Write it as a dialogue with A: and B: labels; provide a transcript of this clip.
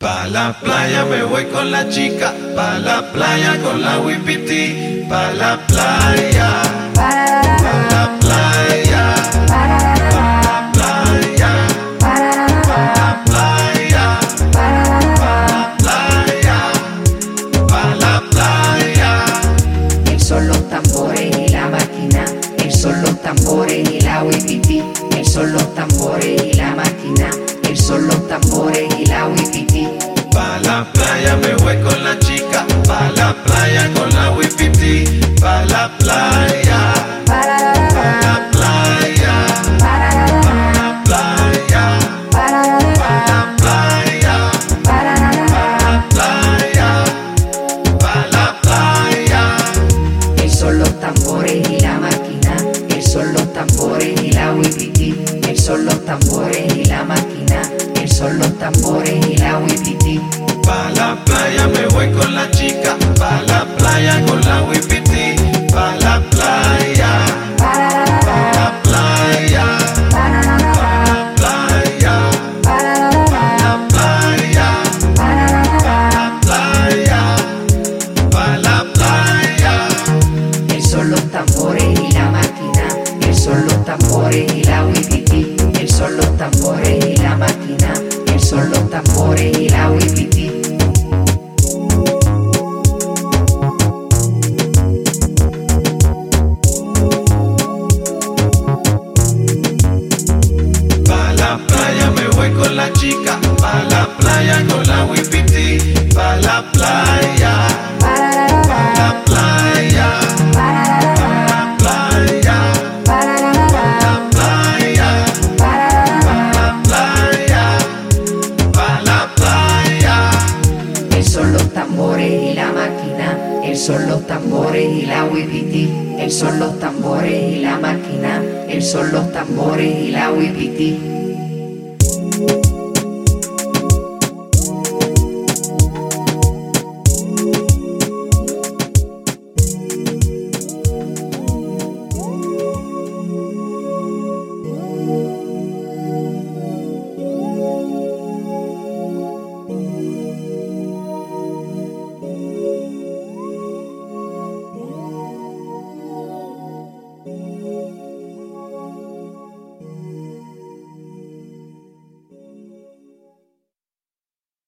A: Pa la playa me voy con la chica, pa la playa con la wipiti, pa la playa, pa la playa, pa la playa, pa la playa, pa la playa, pa la playa.
B: El son los tambores y la máquina. El son los tambores y la wipiti. El son los tambores y la máquina. El son los tambores y la wipiti.
A: Pa la playa me voy con la chica, pa la playa con la wipiti, pa la playa, pa la playa, pa la playa, pa la playa, pa la playa, pa la playa.
B: El son los tambores y la máquina. El son los tambores y la wipiti. El son los tambores y la máquina. El son los tambores y la wipiti.
A: Pa la playa me voy con la chica, pa la playa con la wipiti, pa la playa, pa la playa, pa la playa, pa la playa, pa la playa, pa la playa.
B: El son los tambores y la máquina. El son los tambores y la wipiti. El son los tambores y la máquina. El son los tambores y la wipiti.
A: Pa la playa me voy con la chica, pa la playa con la wipiti, pa la playa, pa la playa, pa la playa, pa la playa, pa la playa, pa la playa.
B: El son los tambores y la máquina. El son los tambores y la wipiti. El son los tambores y la máquina. El son los tambores y la wipiti.